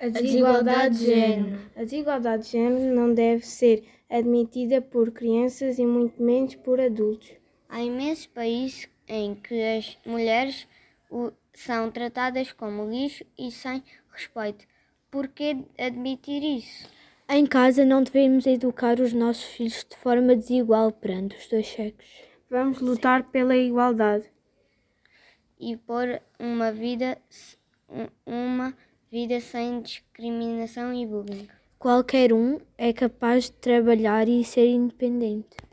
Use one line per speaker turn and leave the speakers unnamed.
A desigualdade de género.
A desigualdade de género não deve ser admitida por crianças e muito menos por adultos.
Há imensos países em que as mulheres o- são tratadas como lixo e sem respeito. Por que admitir isso?
Em casa não devemos educar os nossos filhos de forma desigual perante os dois sexos.
Vamos lutar pela igualdade.
E pôr uma vida, se- um- uma vida sem discriminação e bullying.
Qualquer um é capaz de trabalhar e ser independente.